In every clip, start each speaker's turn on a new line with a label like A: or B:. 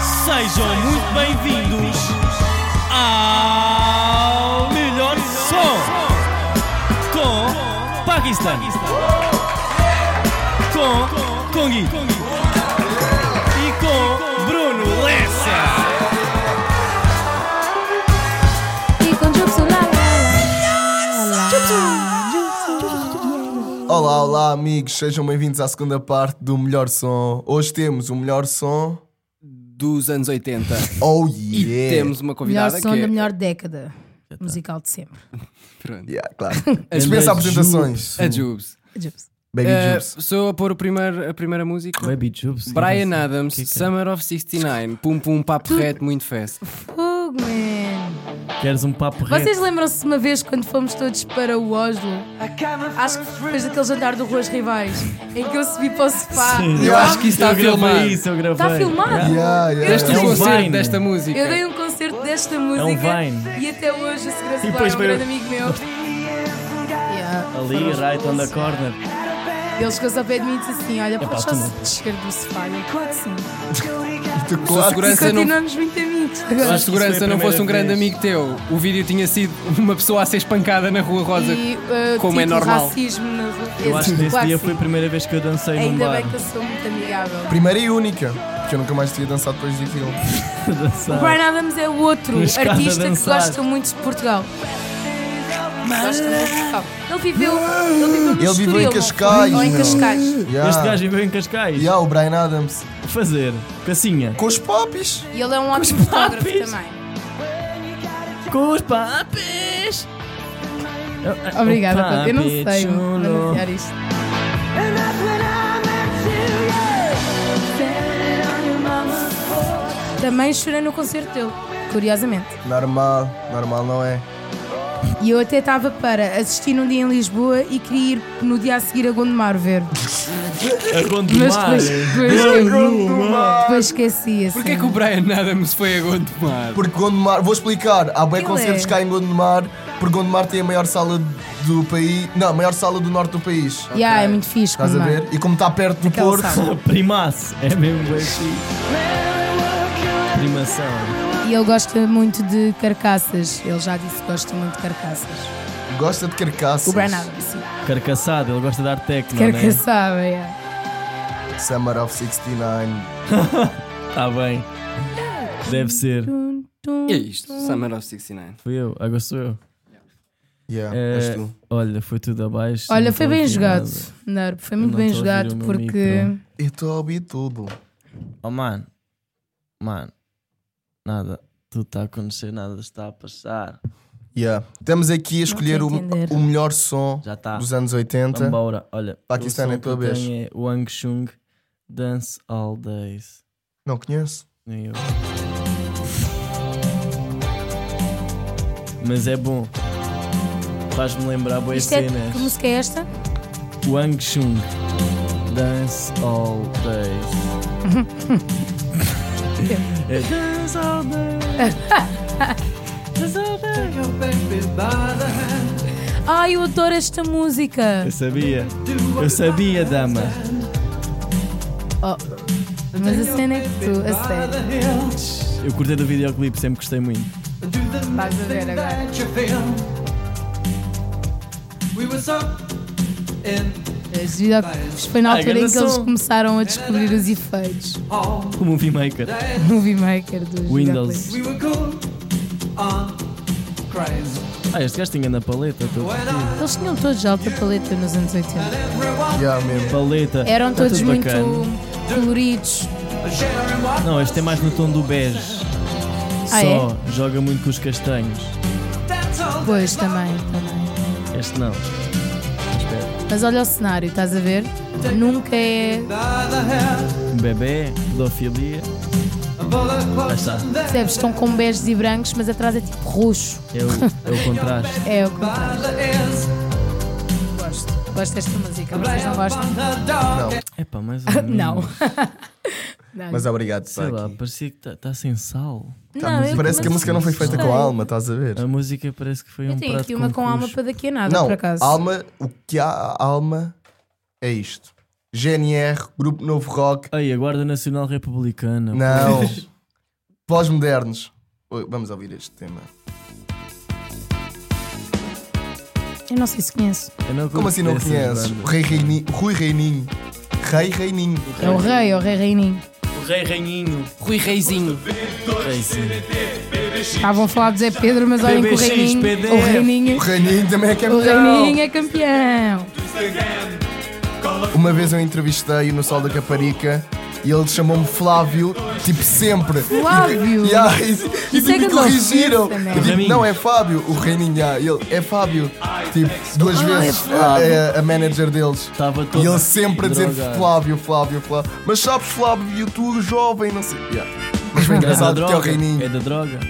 A: Sejam muito bem-vindos ao Melhor Som com Pakistan, com Kongi e com Bruno Lessa.
B: E com Jupsu, lá, lá, lá, lá.
C: Olá, olá, amigos, sejam bem-vindos à segunda parte do Melhor Som. Hoje temos o melhor som.
D: dos anos 80.
C: Oh
D: E
C: yeah!
D: temos uma
B: Melhor
D: convidada
B: som
D: que é...
B: da melhor década
E: tá.
B: musical de sempre.
D: Pronto.
C: Yeah, claro. Dispensa apresentações.
D: A Jubes.
B: Jupsu.
C: Baby
D: Eh,
C: Jubes.
D: sou a pôr o primeiro, a primeira música.
E: Baby Jubes.
D: Brian
E: que é
D: Adams,
E: que é?
D: Summer of 69. Pum pum, papo reto, muito fast.
B: Fogo, man.
E: Queres um papo reto?
B: Vocês lembram-se de uma vez quando fomos todos para o Oslo? Acho que depois daquele jantar do Ruas Rivais, em que eu subi para o sofá.
D: Eu acho que isso está
E: eu
D: filmado.
E: gravei isso, eu gravei.
B: Está "Tá filmado?
C: Yeah, yeah.
D: Deste um
E: É um
D: concerto
E: Vine.
D: desta música.
B: Eu dei um concerto desta
E: um
B: música
E: Vine.
B: e até hoje a segurança
E: E
B: Bar
E: depois
B: é um
E: veio-
B: grande amigo meu. Yeah.
E: Ali, right on the corner.
B: Ele chegou-se ao pé de mim e disse assim: Olha, podes
E: tu
B: só
E: não.
B: descer do sofá. E eu, claro que sim.
C: Tu, claro.
B: E
D: é Segurança não...
B: continuamos muito amigos.
D: Se
E: acho
D: a
E: que isso foi a
D: segurança não fosse um
E: primeira
D: grande
E: vez.
D: amigo teu, o vídeo tinha sido uma pessoa a ser espancada na Rua Rosa.
B: E, uh,
D: Como é
B: título,
D: normal.
B: racismo na rua.
E: Eu acho que
B: Esse,
E: nesse
B: claro
E: dia
B: que
E: foi a
B: sim.
E: primeira vez que eu dancei num
B: Ainda
E: bar.
B: bem que eu sou muito amigável.
C: Primeira e única, porque eu nunca mais tinha dançado depois daquilo.
B: O Brian Adams é o outro
E: Na escada
B: artista que
E: dançar.
B: gosta muito de Portugal. Gosta muito de Portugal. Ele viveu, ele viveu no
C: Ele viveu em
B: Estoril, não foi?
C: Cascais,
B: Ou em
C: meu.
B: Cascais.
C: Yeah.
D: é
E: Este gajo viveu em Cascais.
C: Yeah, o Brian Adams.
E: Fazer cacinha.
C: Com os popis.
B: E ele é um ótimo fotógrafo
E: papis.
B: também.
E: Com os papis.
B: Obrigada,
E: Opa,
B: Pedro. Eu não sei
E: pichulo.
B: anunciar isto. Também chorei no concerto dele, curiosamente.
C: Normal, normal, não é?
B: E eu até estava para assistir num dia em Lisboa e queria ir no dia a seguir a Gondomar ver.
E: A
B: Mas
E: Gondomar.
B: depois, depois, depois esqueci assim.
D: Porquê que o Brian Adams foi a Gondomar?
C: Porque Gondomar, vou explicar, há bem
B: Ele
C: concertos
B: é.
C: cá em Gondomar, porque Gondomar tem a maior sala do país. Não, a maior sala do norte do país.
B: Yeah, é muito fixe.
C: Estás a
B: Gondomar.
C: ver? E como está perto do
B: Aquela
C: Porto,
B: sala.
E: Primaço. É mesmo bem fixe. Primação.
B: E ele gosta muito de carcaças. Ele já disse que gosta muito de carcaças.
C: gosta de carcaças.
B: O Brian Adams, sim.
E: Carcaçado, ele gosta de dar tecno, né?
B: Carcaçada, yeah.
C: Summer of 69.
E: Está Tá bem. Deve ser.
B: Tum, tum.
D: É isto, Summer of 69.
E: Fui eu, agora sou eu.
C: Yeah,
E: Eh,
C: Ah, és tu.
E: olha, foi tudo abaixo.
B: Olha,
E: não
B: foi
E: tô a
B: bem
E: ouvir
B: jogado.
E: nada.
B: Narbo, foi
E: Eu
B: muito
E: não
B: bem
E: tô a ouvir
B: jogado
E: o meu
B: porque.
E: micro.
C: Eu estou a ouvir tudo.
E: Oh, mano, mano, nada, tudo está a acontecer, nada está a passar.
C: Yeah. Estamos aqui a escolher o,
B: estou a entender.
C: o melhor som
E: Já tá. está.
C: dos anos 80.
E: Vambora, olha.
C: Paquistão,
E: o som
C: Então, é tua
E: que eu
C: vez.
E: tenho É Wang Chung Dance All Days.
C: Não conheço.
E: Nem eu. Mas é bom. Faz-me lembrar boas
B: Isto é.
E: cenas.
B: Que música é esta?
E: Wang Chung Dance All Days. é Dance All Days. Dance All Days.
B: Ai, eu adoro esta música.
E: Eu sabia. Eu sabia, dama.
B: Oh, Mas a cena é que tu, a sério,
E: Eu curtei do videoclipe, sempre gostei muito.
B: vais a ver agora. Os videoclipes Foi na
E: Ah,
B: altura em
E: grande
B: que eles
E: som.
B: começaram a descobrir os efeitos.
E: O Movie Maker.
B: Movie Maker dos
E: Windows.
B: videoclipes.
E: Ah, este gajo tinha na paleta. Tô...
B: Eles tinham todos alta paleta nos anos 80.
C: Yeah, mesmo.
E: Paleta.
B: Eram
E: Tá
B: todos
E: tudo
B: muito
E: bacana.
B: coloridos.
E: Não, este é mais no tom do bege.
B: Ah,
E: Só. Joga muito com os castanhos.
B: Pois, também, também.
E: Este não. Espera.
B: Mas olha o cenário, estás a ver? Nunca é.
E: Um bebê, pedofilia. Lá está.
B: Percebes? Estão com beijos e brancos, mas atrás é tipo roxo.
E: É o, é o contraste.
B: É o contrário. Gosto. Gosto desta música. Vocês não gostam?
E: É pá, mais ou menos.
B: Ah, Não. não.
C: Mas obrigado,
E: Sei lá,
C: Saki.
E: parecia que está sem sal.
B: Não, eu
C: Parece que
B: comecei-
C: a música não foi feita com
B: gostei.
C: alma, estás a ver?
E: A música parece que foi
B: Eu
E: um
B: tenho
E: prato
B: aqui uma com alma
E: cusco.
B: para daqui a nada,
C: não,
B: por acaso.
C: alma, o que há alma é isto. GNR, Grupo Novo Rock.
E: Ei, a Guarda Nacional Republicana.
C: Não. Pós-modernos. Oi, Vamos ouvir este tema.
B: Eu não sei se conheço.
E: Eu não
C: Como
E: curto
C: assim não
E: dessas
C: conheces?
E: bandas.
C: Rei Reininho. Rui Reininho. Rei Reininho.
B: É o rei, é o rei Reininho.
E: O Rei Rainhinho.
D: Rui Reizinho.
E: Reizinho.
B: Estavam a falar de Zé Pedro, mas olhem que o
E: PBX,
B: Reininho.
E: PDF.
B: O Reininho.
C: O Reininho também é
B: O
C: campeão.
B: Reininho é campeão.
C: Uma vez eu entrevistei no Sol da Caparica e ele chamou-me Flávio, tipo sempre.
B: Flávio?
C: E, yeah, e, e
B: Isso é
C: tipo, me
B: que não
C: corrigiram.
B: existe, né?
C: Eu, tipo,
E: Raminho.
C: não, é Fábio. O Reininho, yeah, ele é Fábio. Tipo,
B: Ah,
C: duas
B: é
C: vezes a, a- a manager deles.
E: Estava todo
C: E ele sempre a dizer
E: drogado.
C: Flávio, Flávio, Flávio. Mas sabes, Flávio, tu jovem, não sei. Yeah. Mas foi
E: É da
C: engraçado porque é o
E: droga. É
C: Reininho.
E: da droga.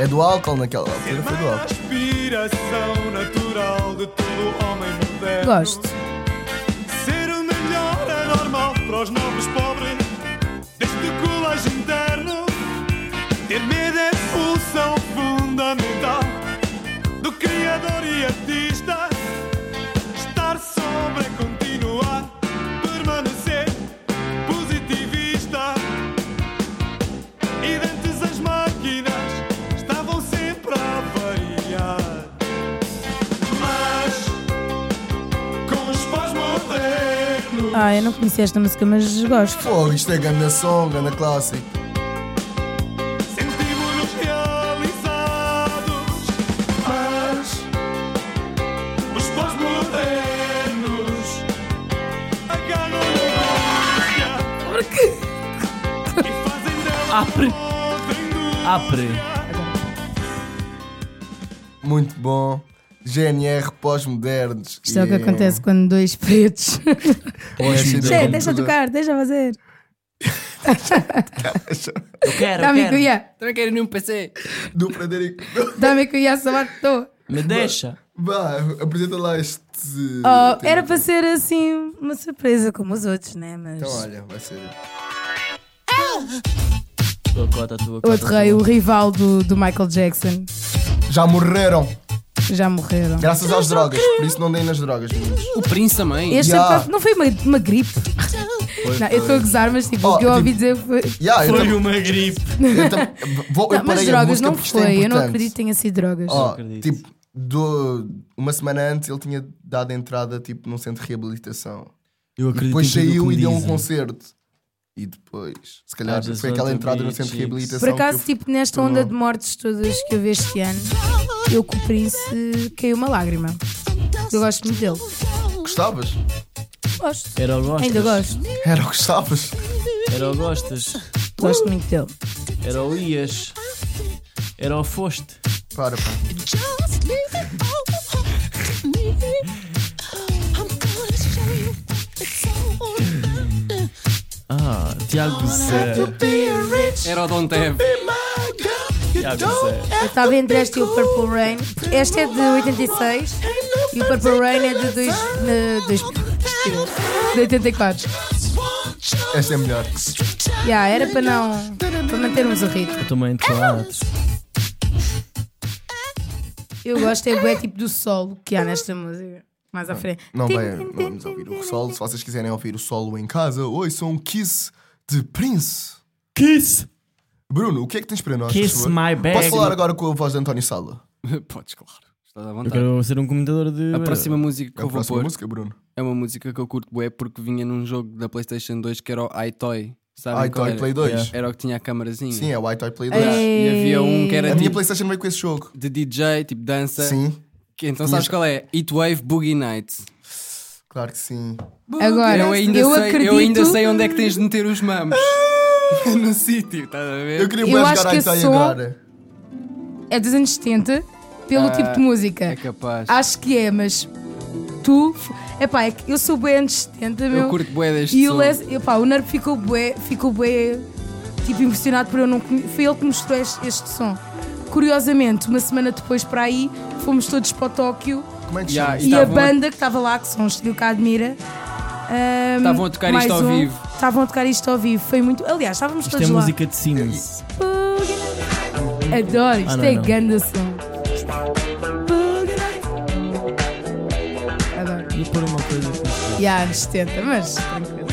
C: É do álcool naquela altura, foi do álcool.
F: Aspiração natural de todo homem moderno.
B: Gosto.
F: Ser o melhor é normal para os novos pobres. Desde o colégio interno, ter medo é função fundamental do criador e artista. Estar sobre é continuar, permanecer positivista. E dentes as máquinas estavam sempre a variar. Mas com os pós modernos.
B: Ah, eu não conhecia esta música, mas gosto.
C: Pô, isto é ganda song, ganda clássico.
F: Sentimos-nos realizados, mas os pós-modernos agarram a Porquê? E fazem dela
E: Apre.
F: outra
E: Apre.
C: Muito bom. GNR pós-modernos.
B: Isto é o que acontece quando dois pretos. Che, deixa tocar, deixa fazer.
E: Eu quero, eu
B: Dá-me
E: quero.
B: cuia,
D: Também quero nenhum PC.
C: Do Frederico.
B: dá-me cuia, sabato.
E: Me deixa.
C: Vá, apresenta lá este.
B: Oh,
C: tema.
B: era para ser assim uma surpresa, como os outros, né? Mas.
C: Então olha, vai ser.
E: Tua cota, tua cota.
B: Outro rei, o rival do, do Michael Jackson,
C: Já morreram,
B: já morreram.
C: graças às drogas. Por isso não deem nas drogas, meninos.
D: O Prince também.
B: Este é
C: Yeah.
B: por causa- não foi uma, uma gripe. não, eu estou a gozar, mas tipo,
C: Oh,
B: o que eu ouvi
C: tipo-
B: dizer foi.
C: Yeah, eu
E: Foi
C: tam-
E: uma gripe.
C: eu tam- vou-
B: Não,
C: eu
B: mas
C: parei a
B: drogas
C: música
B: não
C: porque isto é
B: foi, eu não
C: importante.
B: acredito que tenha sido drogas.
C: Ó,
E: acredito.
C: tipo, do, uma semana antes ele tinha dado entrada tipo, num centro de reabilitação.
E: Eu
C: E depois saiu e deu um concerto. E depois, se calhar,
E: I just
C: foi aquela
E: want to
C: entrada
E: be
C: no centro
E: chicks.
C: de reabilitação.
B: Por
C: que eu
B: acaso,
C: fui-
B: tipo, nesta onda de mortes todas que eu vi este ano, eu com o Prince caiu uma lágrima. Eu gosto muito dele.
C: Gostavas?
B: Gosto.
E: Era o gostas.
B: Ainda gosto.
C: Era o que gostavas.
E: Era o gostas.
B: Gosto muito dele.
E: Era o ias. Era o foste.
C: Para, pá.
G: Just leave it all on me. I'm gonna show you what it's all about.
E: Ah, Tiago Zé.
D: Era o Don Tev.
E: Tiago Zé.
B: Eu estava entre este e o Purple Rain. Este é de 86 e o Purple Rain é de, dois, na- dois, de 84.
C: Esta é melhor.
B: Yeah, era para não. para mantermos o ritmo.
E: Também de colados.
B: Eu gosto é bué tipo do solo que há nesta música. Mais à frente.
C: Não, vai, não vamos ouvir o solo. Se vocês quiserem ouvir o solo em casa, oi, são um kiss de Prince.
E: Kiss.
C: Bruno, o que é que tens para nós? por
E: Kiss
C: favor?
E: my bag.
C: Posso falar agora com a voz de António Sala?
D: Podes, claro. Estás à
E: Eu
D: vontade.
E: quero ser um comentador de.
D: A próxima música que
C: É a
D: eu vou
C: próxima
D: pôr
C: música, Bruno.
D: é uma música que eu curto bué porque vinha num jogo da PlayStation 2 que era o iToy. Sabem
C: White
D: qual
C: Toy
D: era?
C: Play 2.
E: Yeah.
D: Era o que tinha a câmarazinha.
C: Sim, é White Toy Play 2.
D: Yeah. E havia um que era
C: A minha
D: tipo
C: Playstation veio com esse jogo.
D: de DJ, tipo dança.
C: Sim,
D: Que- então sabes
C: Tinhas-
D: qual é? Heatwave Boogie Nights.
C: claro que sim.
B: Agora,
D: eu, ainda
B: eu
D: sei,
B: acredito.
D: eu ainda sei onde é que tens de meter os mamos. no sítio, estás a ver?
C: Ah! Eu queria
B: Eu
C: bué
B: acho
C: jogar
B: que
C: White Toy
B: esse som-
C: agora.
B: É dos anos 70 pelo tipo de música.
D: É capaz.
B: Acho que é, mas tu. Epá, é que eu sou bué anos 70, meu.
D: eu curto bué deste
B: E o
D: som.
B: Les, epá, o Nerf ficou bué, ficou bué, tipo, impressionado por eu não conhe- Foi ele que mostrou este, este som. Curiosamente, uma semana depois para aí, fomos todos para o Tóquio
C: Como é que
D: Yeah,
C: chama?
B: e a
D: Ah, estavam a-
B: banda que estava lá, que são os Trio que admira. ahm,
D: Estavam a tocar
B: mais
D: isto ao
B: um,
D: vivo.
B: Estavam a tocar isto ao vivo. Foi muito. Aliás, estávamos
E: Isto é
B: todos lá.
E: música de Sims.
B: Boogie night. Adoro, isto
E: não,
B: é
E: não.
B: ganda som. Boogie night. Adoro.
E: E pôr uma coisa aqui.
B: E há anos 70, mas tranquilo.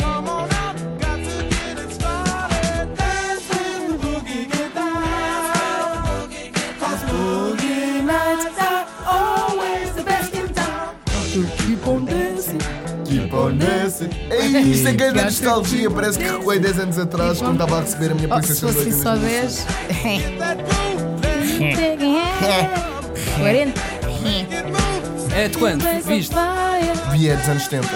F: Come on out, got to get
C: Isto é que é da
B: Pior.
C: nostalgia. Parece que recuei 10 anos atrás quando estava a receber a minha
B: Oh, se
C: PlayStation 2.
B: fosse
C: em
B: só
C: 2000.
B: 10. 40.
D: É de quando? Viste? É,
C: Via dos anos 70.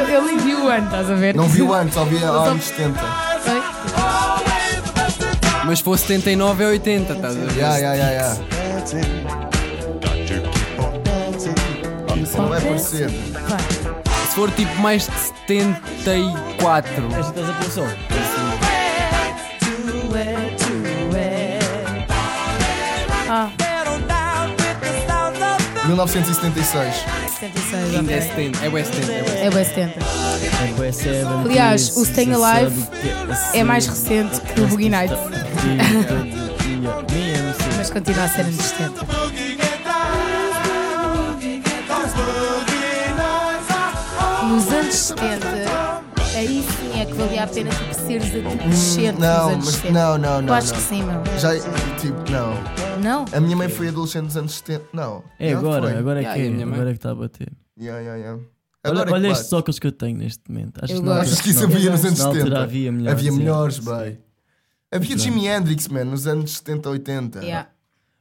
B: Eu, eu nem vi o ano, estás a ver?
C: Não viu antes, só via
B: só-
C: anos 70.
B: Sei.
D: Mas se fosse 79 é 80, estás a ver?
C: Ya, ya, ya, ya. Não é parecido.
D: Se for tipo mais de 74.
E: Estás a poluição.
B: Ah,
C: 1976.
B: 76,
D: Ainda é
B: ok.
D: 70. É bué 70. É bué 70.
B: É bué 70.
E: É
B: Aliás, o Staying Alive É mais recente que o Boogie Nights, mas continua a ser anos 70. Nos anos 70, aí sim é que valia a pena tipo, seres adolescente
C: Não,
B: nos anos
C: mas
B: 70.
C: não, não,
B: Eu
C: não,
B: acho
C: não.
B: que sim, meu.
C: Já, tipo, não.
B: Não?
C: A minha mãe foi adolescente nos anos 70. Não.
E: É
C: Já
E: agora,
C: foi.
E: agora é
D: Ya,
E: que
D: e a minha mãe?
E: agora é que está a bater.
C: Ya, ya, ya.
E: Olha,
C: Agora é
E: olha
C: que
E: estes
C: bate.
E: óculos que eu tenho neste momento. Acho
B: Eu
E: que na
B: gosto.
E: altura-
C: Acho que isso
E: na
C: havia
E: altura-
C: nos anos
E: na altura
C: 70.
E: Havia melhores.
C: Havia
E: sim.
C: melhores, bem. Havia Jimi Hendrix, man, nos anos 70, 80.
B: Yeah.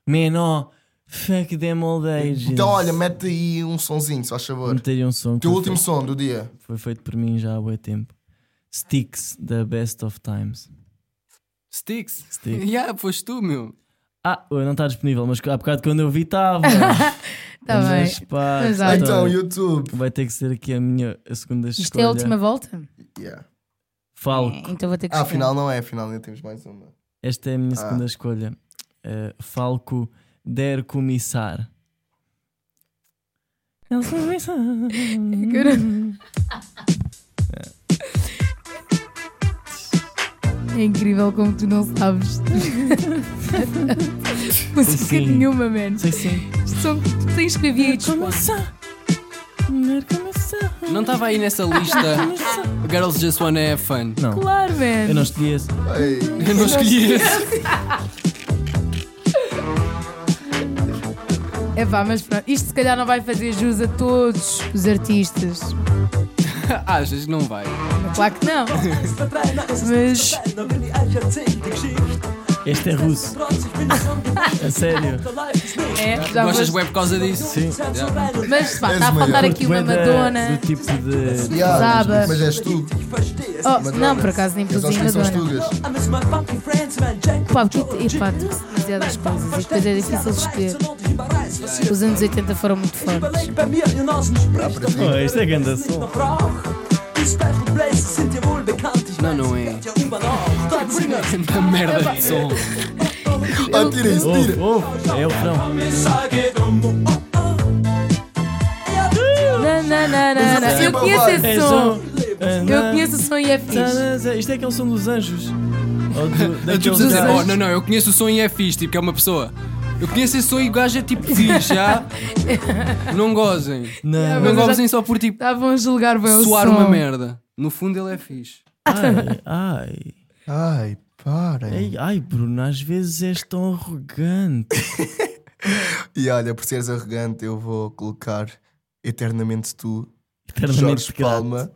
E: Man, oh, fuck them old ages.
C: Então, olha, mete aí um sonzinho, se faz favor.
E: Meteria um som
C: O
E: que
C: teu
E: foi
C: último
E: feito-
C: som do dia.
E: foi feito por mim já há bom tempo. Sticks, the best of times.
D: Sticks.
E: Sticks.
D: Yeah, foste tu, meu.
E: Ah, não está disponível, mas há bocado quando eu vi estava.
B: Tá
E: Mas,
B: bem.
E: pá,
B: Mas
C: Ah,
B: olha.
C: então, YouTube.
E: Vai ter que ser aqui a minha a segunda escolha.
B: Isto é a última volta?
C: Yeah.
E: Falco.
B: Então vou ter que
C: Ah,
B: escolher.
C: afinal não é, afinal ainda temos mais uma.
E: Esta é a
C: Ah.
E: minha segunda escolha. Eh, Falco der comissar. Ele comissar.
B: Que não- É incrível como tu não sabes. Música
E: Sim.
B: nenhuma, man.
E: Sei sim.
B: Isto são- Tu tens que ouvir isto.
E: Comissar. Der comissar.
D: Não estava aí nessa lista. Girls Just Wanna Have Fun.
E: Não,
B: Claro,
E: eu
B: man.
E: não escolhi esse.
C: Ei,
D: Eu não escolhi esse.
B: É pá, mas pronto. Isto se calhar não vai fazer jus a todos os artistas.
D: Achas que não vai?
B: Claro que não. Mas
E: Este é russo. A sério.
B: é, já
D: Gostas
B: vou...
D: web por causa disso?
E: Sim.
B: Mas pá,
C: És
B: está a faltar
C: maior.
B: aqui uma
E: Bué da-
B: Madonna.
E: Do tipo de.
C: yeah,
B: Zaba.
C: Mas és tu.
B: Oh, não, por acaso nem
C: As
B: pus em
C: opções são as
B: Madonna.
C: tuas.
B: Pá, porque e pá, demasiadas coisas e depois é difícil escolher. Os anos 80 foram muito fortes.
E: Oh, este é grande som.
D: Não, não é. Na merda de som.
C: Ah, tira isso,
E: Ouve,
C: tira.
E: ouve. É o frão.
B: Não, não, não, não, não. Eu conheço
E: É
B: esse
E: som.
B: som. Eu conheço o som e é fixe.
E: Isto é aquele som dos anjos. Ou do, daqueles
D: Tipo,
E: anjos.
D: oh, não, não, eu conheço o som e é fixe, tipo, que é uma pessoa. Eu conheço esse som e o gajo é tipo fixe, já. Não gozem.
E: Não,
D: Não
B: mas eu
D: gozem só por tipo
B: Estavam a julgar bem é o
D: soar
B: som.
D: uma merda. No fundo ele é fixe.
E: Ai, ai,
C: Ai, parem.
E: ei, ai, Bruno, às vezes és tão arrogante.
C: E olha, por seres arrogante, eu vou colocar Eternamente Tu, Jorge
E: Eternamente grato.
C: Palma,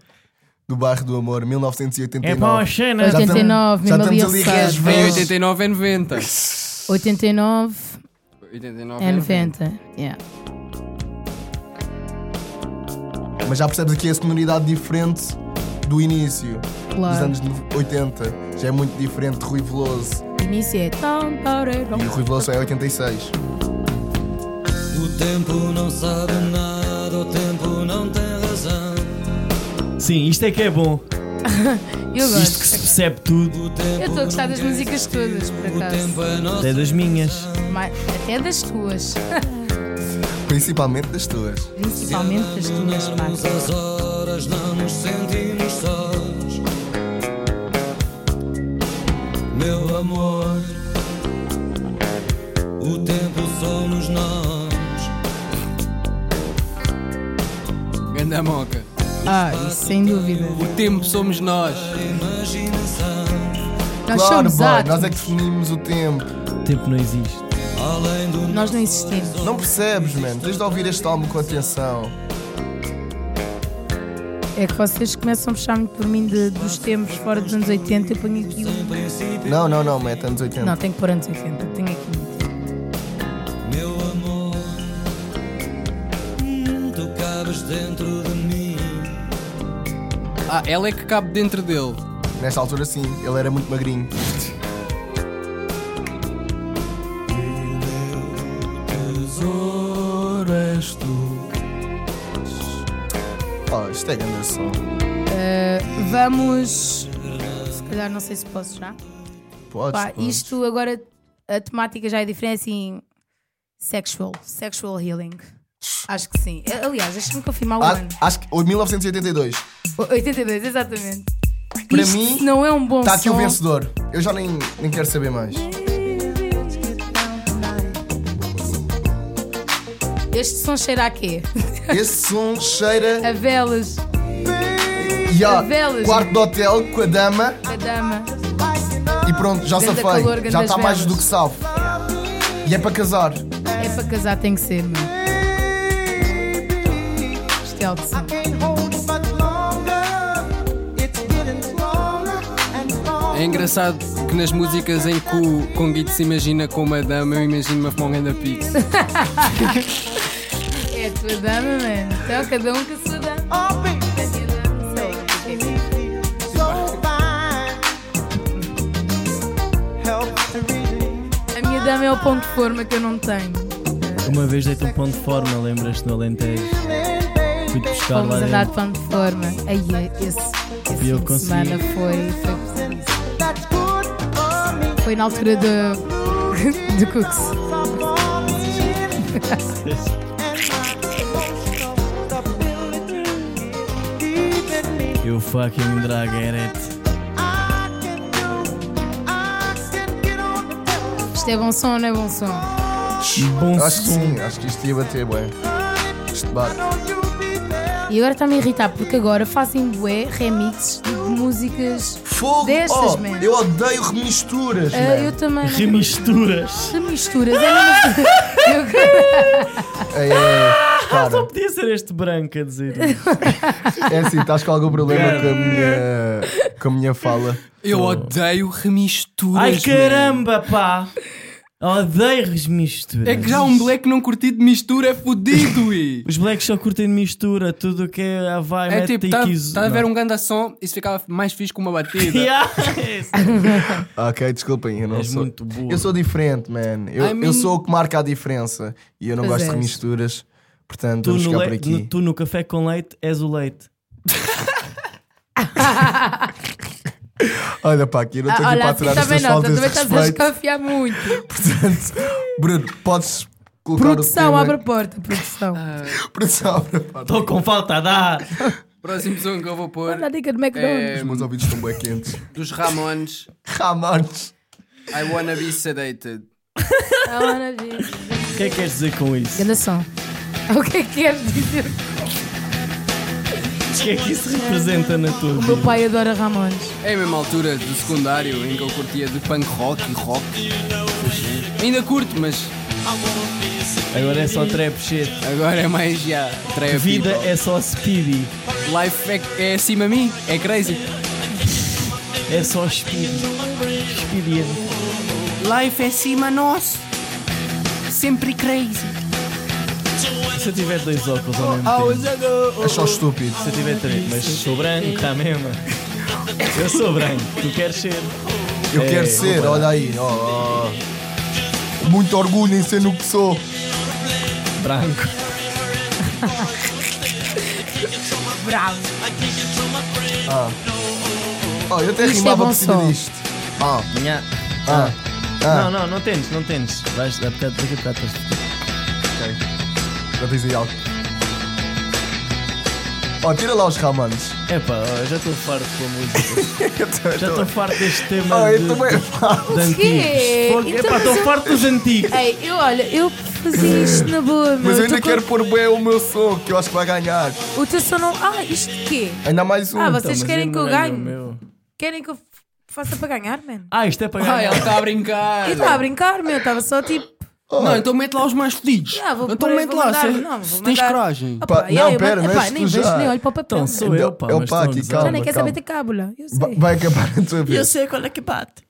C: do Bairro do Amor,
E: É para as
C: 1989.
E: cenas.
C: Já estamos-
B: 89,
C: já
B: mesmo ali
C: estamos
B: a
C: ali
B: roçar.
C: resva-
D: Em
C: Mas-
D: 89 é 90.
B: 89
D: 89
B: é 90. Yeah.
C: Mas já percebes aqui a sonoridade diferente do início, dos
B: Claro.
C: anos 80. Já é muito diferente de Rui Veloso.
B: Início é tão tareiro.
C: E o Rui Veloso é 86.
H: O tempo não sabe nada, o tempo não tem razão.
E: Sim, isto é que é bom.
B: Eu
E: Isto que se
B: gosto.
E: percebe tudo.
B: Eu estou a gostar das músicas todas, por acaso.
E: É das minhas.
B: Mas- Até das tuas.
C: Principalmente das tuas.
B: Principalmente das tuas, pá.
H: Horas não nos sentimos sós. Meu amor, o tempo somos nós.
D: Ganda moca.
B: Ah, isso sem dúvida.
D: O tempo somos nós.
B: Nós
C: claro,
B: somos
C: boy, nós é
B: átomos.
C: que definimos o tempo.
E: O tempo não existe.
B: Nós não existimos.
C: Não percebes, mano. Tens de ouvir este álbum com atenção.
B: É que vocês começam a puxar muito por mim de- dos tempos fora dos anos 80. Eu ponho aqui. o-
C: Não, não, não, mete anos 80.
B: Não, tenho que pôr anos 80. Tenho aqui. um.
H: Meu amor, hum, tu cabes dentro de mim.
D: Ah, ela é que cabe dentro dele.
C: Nesta altura, sim, ele era muito magrinho.
H: Tesouro és tu.
C: Oh, isto é grande som.
B: Uh, Vamos. Se calhar, não sei se posso já.
C: Podes,
B: Pá,
C: podes.
B: isto agora. A temática já é diferente assim. Sexual. Sexual healing. Acho que sim. Eh, Aliás, deixa-me confirmar o ano.
C: Ah, acho que. o 1982.
B: O- 82, exatamente.
C: Para
B: Isto
C: mim,
B: não é um bom
C: Está Tá aqui
B: som.
C: o vencedor. Eu já nem, nem quero saber mais.
B: Este som cheira a quê?
C: Esse som cheira
B: A velas,
C: e ó,
B: velas.
C: quarto de hotel com a dama
B: a dama.
C: e pronto, já
B: Ganda
C: safei.
B: calor,
C: Já
B: gandas
C: está mais
B: velas.
C: do que salvo. E é para casar.
B: É para casar, tem que ser, mano. Isto é alto som.
D: É engraçado que nas músicas em que o Conguito se imagina com uma dama, eu imagino-me a fumar um ganda pix.
B: É a tua dama, mano. Então, cada um com a sua dama. A minha dama é o ponto de forma que eu não tenho.
C: Tá
E: Uma vez dei-te um pão de forma, lembras-te no Alentejo? Fui-te buscar
B: Vamos
E: lá
B: andar de
E: dentro.
B: ponto de forma. Aí, é esse, esse
E: E eu
B: fim de
E: consegui.
B: semana foi, foi pesadíssimo. Foi na altura do, do Cooks.
E: Eu fucking drag it.
B: Isto é bom som ou não é bom som?
E: Bom
C: Acho que
E: som.
C: sim, acho que isto ia bater bem. Isto bate.
B: E agora está-me a irritar porque agora fazem bué remixes de músicas.
C: Fogo!
B: Destas,
C: oh,
B: man.
C: eu odeio remisturas,
B: Ah,
C: man.
B: eu também.
E: Remisturas.
B: De misturas. É mesmo assim. Eu-
C: Ei, ei, ei,
E: Só
C: para.
E: podia ser este branco a dizer.
C: É assim, estás com algum problema com a minha, com a minha fala.
D: Eu odeio remisturas.
E: Oh. Ai
D: man.
E: caramba, pá! Odeio remisturas.
D: É que já um moleque não curtido de mistura é fodido, e
E: Os blacks só curtem de mistura, tudo o que é ah, vai,
D: É
E: mete
D: tipo,
E: e
D: tá,
E: quis-
D: tá a ver
E: não.
D: um ganda som, isso ficava mais fixe com uma batida.
E: Yeah, é isso.
C: Ok, desculpem, eu não
E: És
C: sou.
E: muito burro.
C: Eu sou diferente, man. Eu,
D: I mean-
C: eu sou o que marca a diferença. E eu não
B: Pois é.
C: gosto
B: és.
C: de misturas. Portanto,
E: tu,
C: vamos
E: no
C: ficar por
E: le-
C: aqui.
E: no- tu no café com leite és o leite.
C: Olha, pá, aqui eu não estou
B: Ah,
C: aqui
B: olha, assim
C: para aturar as
B: também
C: tuas
B: não. tu
C: faltas
B: Também
C: de
B: estás a
C: respeito.
B: desconfiar muito.
C: Portanto, Bruno, podes colocar o
B: Produção,
C: tema.
B: abre a porta, produção.
D: Ah,
C: Produção, abre a porta.
E: Estou com falta a dar.
D: Próximo som que eu vou pôr
B: Olha a dica de McDonald's.
D: é
C: Os meus ouvidos estão bem quentes.
D: dos Ramones,
C: Ramones.
D: I Wanna Be Sedated.
B: Ah, maravilha.
E: O que é que queres dizer com isso?
B: Ganda som. O que é que queres dizer?
E: O que é que isso representa na tua
B: O meu
E: vida?
B: pai adora Ramones.
D: É a mesma altura do secundário em que eu curtia de punk rock e rock. Ainda curto, mas
E: Agora é só trap shit.
D: agora é mais já. trap.
E: Vida
D: hip-hop.
E: é só speedy.
D: Life é, é acima de mim, é crazy.
E: É só speedy. Speediano.
D: Life é acima nosso, sempre crazy.
E: Se eu tiver dois óculos ao mesmo tempo.
C: É só estúpido.
E: Se eu tiver três, mas sou branco, está mesmo. Eu sou branco, tu queres ser.
C: Eu
E: É,
C: quero ser,
E: opa.
C: olha aí. ó, ó. Muito orgulho em ser no que sou.
E: Branco.
B: Bravo.
C: Oh, eu até
B: Isto é
C: rimava
B: bom
C: por cima
B: som.
C: disto. Ah,
E: Nha.
C: ah,
E: Não, não, não tentes, não tentes. Vais dar bocado daqui a bocado. estás-
C: ok. Já tens aí algo. Ó, tira lá os Ramones.
E: Epá, ó, já estou farto com a música.
C: Eu também
E: Já
C: tô-
E: estou farto deste tema
C: Oh,
E: de,
C: eu também.
E: de
B: quê?
E: antigos. Fogo,
B: Então,
E: Epá,
B: mas
E: estou
B: eu-
E: farto dos antigos.
B: Ei, eu olha, eu fazia isto na boa, meu.
C: Mas eu ainda
B: Tu
C: quero pôr bem o meu som, que eu acho que vai ganhar.
B: co- O teu som não. Ah, isto de quê?
C: Ainda mais um.
B: Ah, vocês
E: Então, Mas
B: querem
E: não
B: que eu
E: ganho o
B: ganhe?
E: meu.
B: Querem que eu f- faça para ganhar, tá mano?
E: Ah, isto é para
D: Ah,
E: ganhar.
D: ele está a brincar.
B: Eu estava a brincar, meu. Estava só tipo.
D: Não, então mete lá os mais fedidos.
B: Ah, vou
D: então
B: pôr-
D: mete
B: vou
D: lá,
B: mandar-
D: se,
B: não, vou
D: se tens
B: mandar-
D: coragem.
B: Ah,
C: Pá,
B: e
C: não,
B: eu-
C: pera, não
B: epá,
C: és tu
B: nem vejo,
C: já.
B: nem olho para o papel.
E: Então sou eu, pá.
C: É o
E: mas
C: pá
E: estão
C: aqui,
E: a gozar.
B: já nem
C: calma,
B: quer saber de cábula. Eu sei.
C: Vai- Vai acabar a tua
E: Eu
C: vez.
E: sei qual é que bate.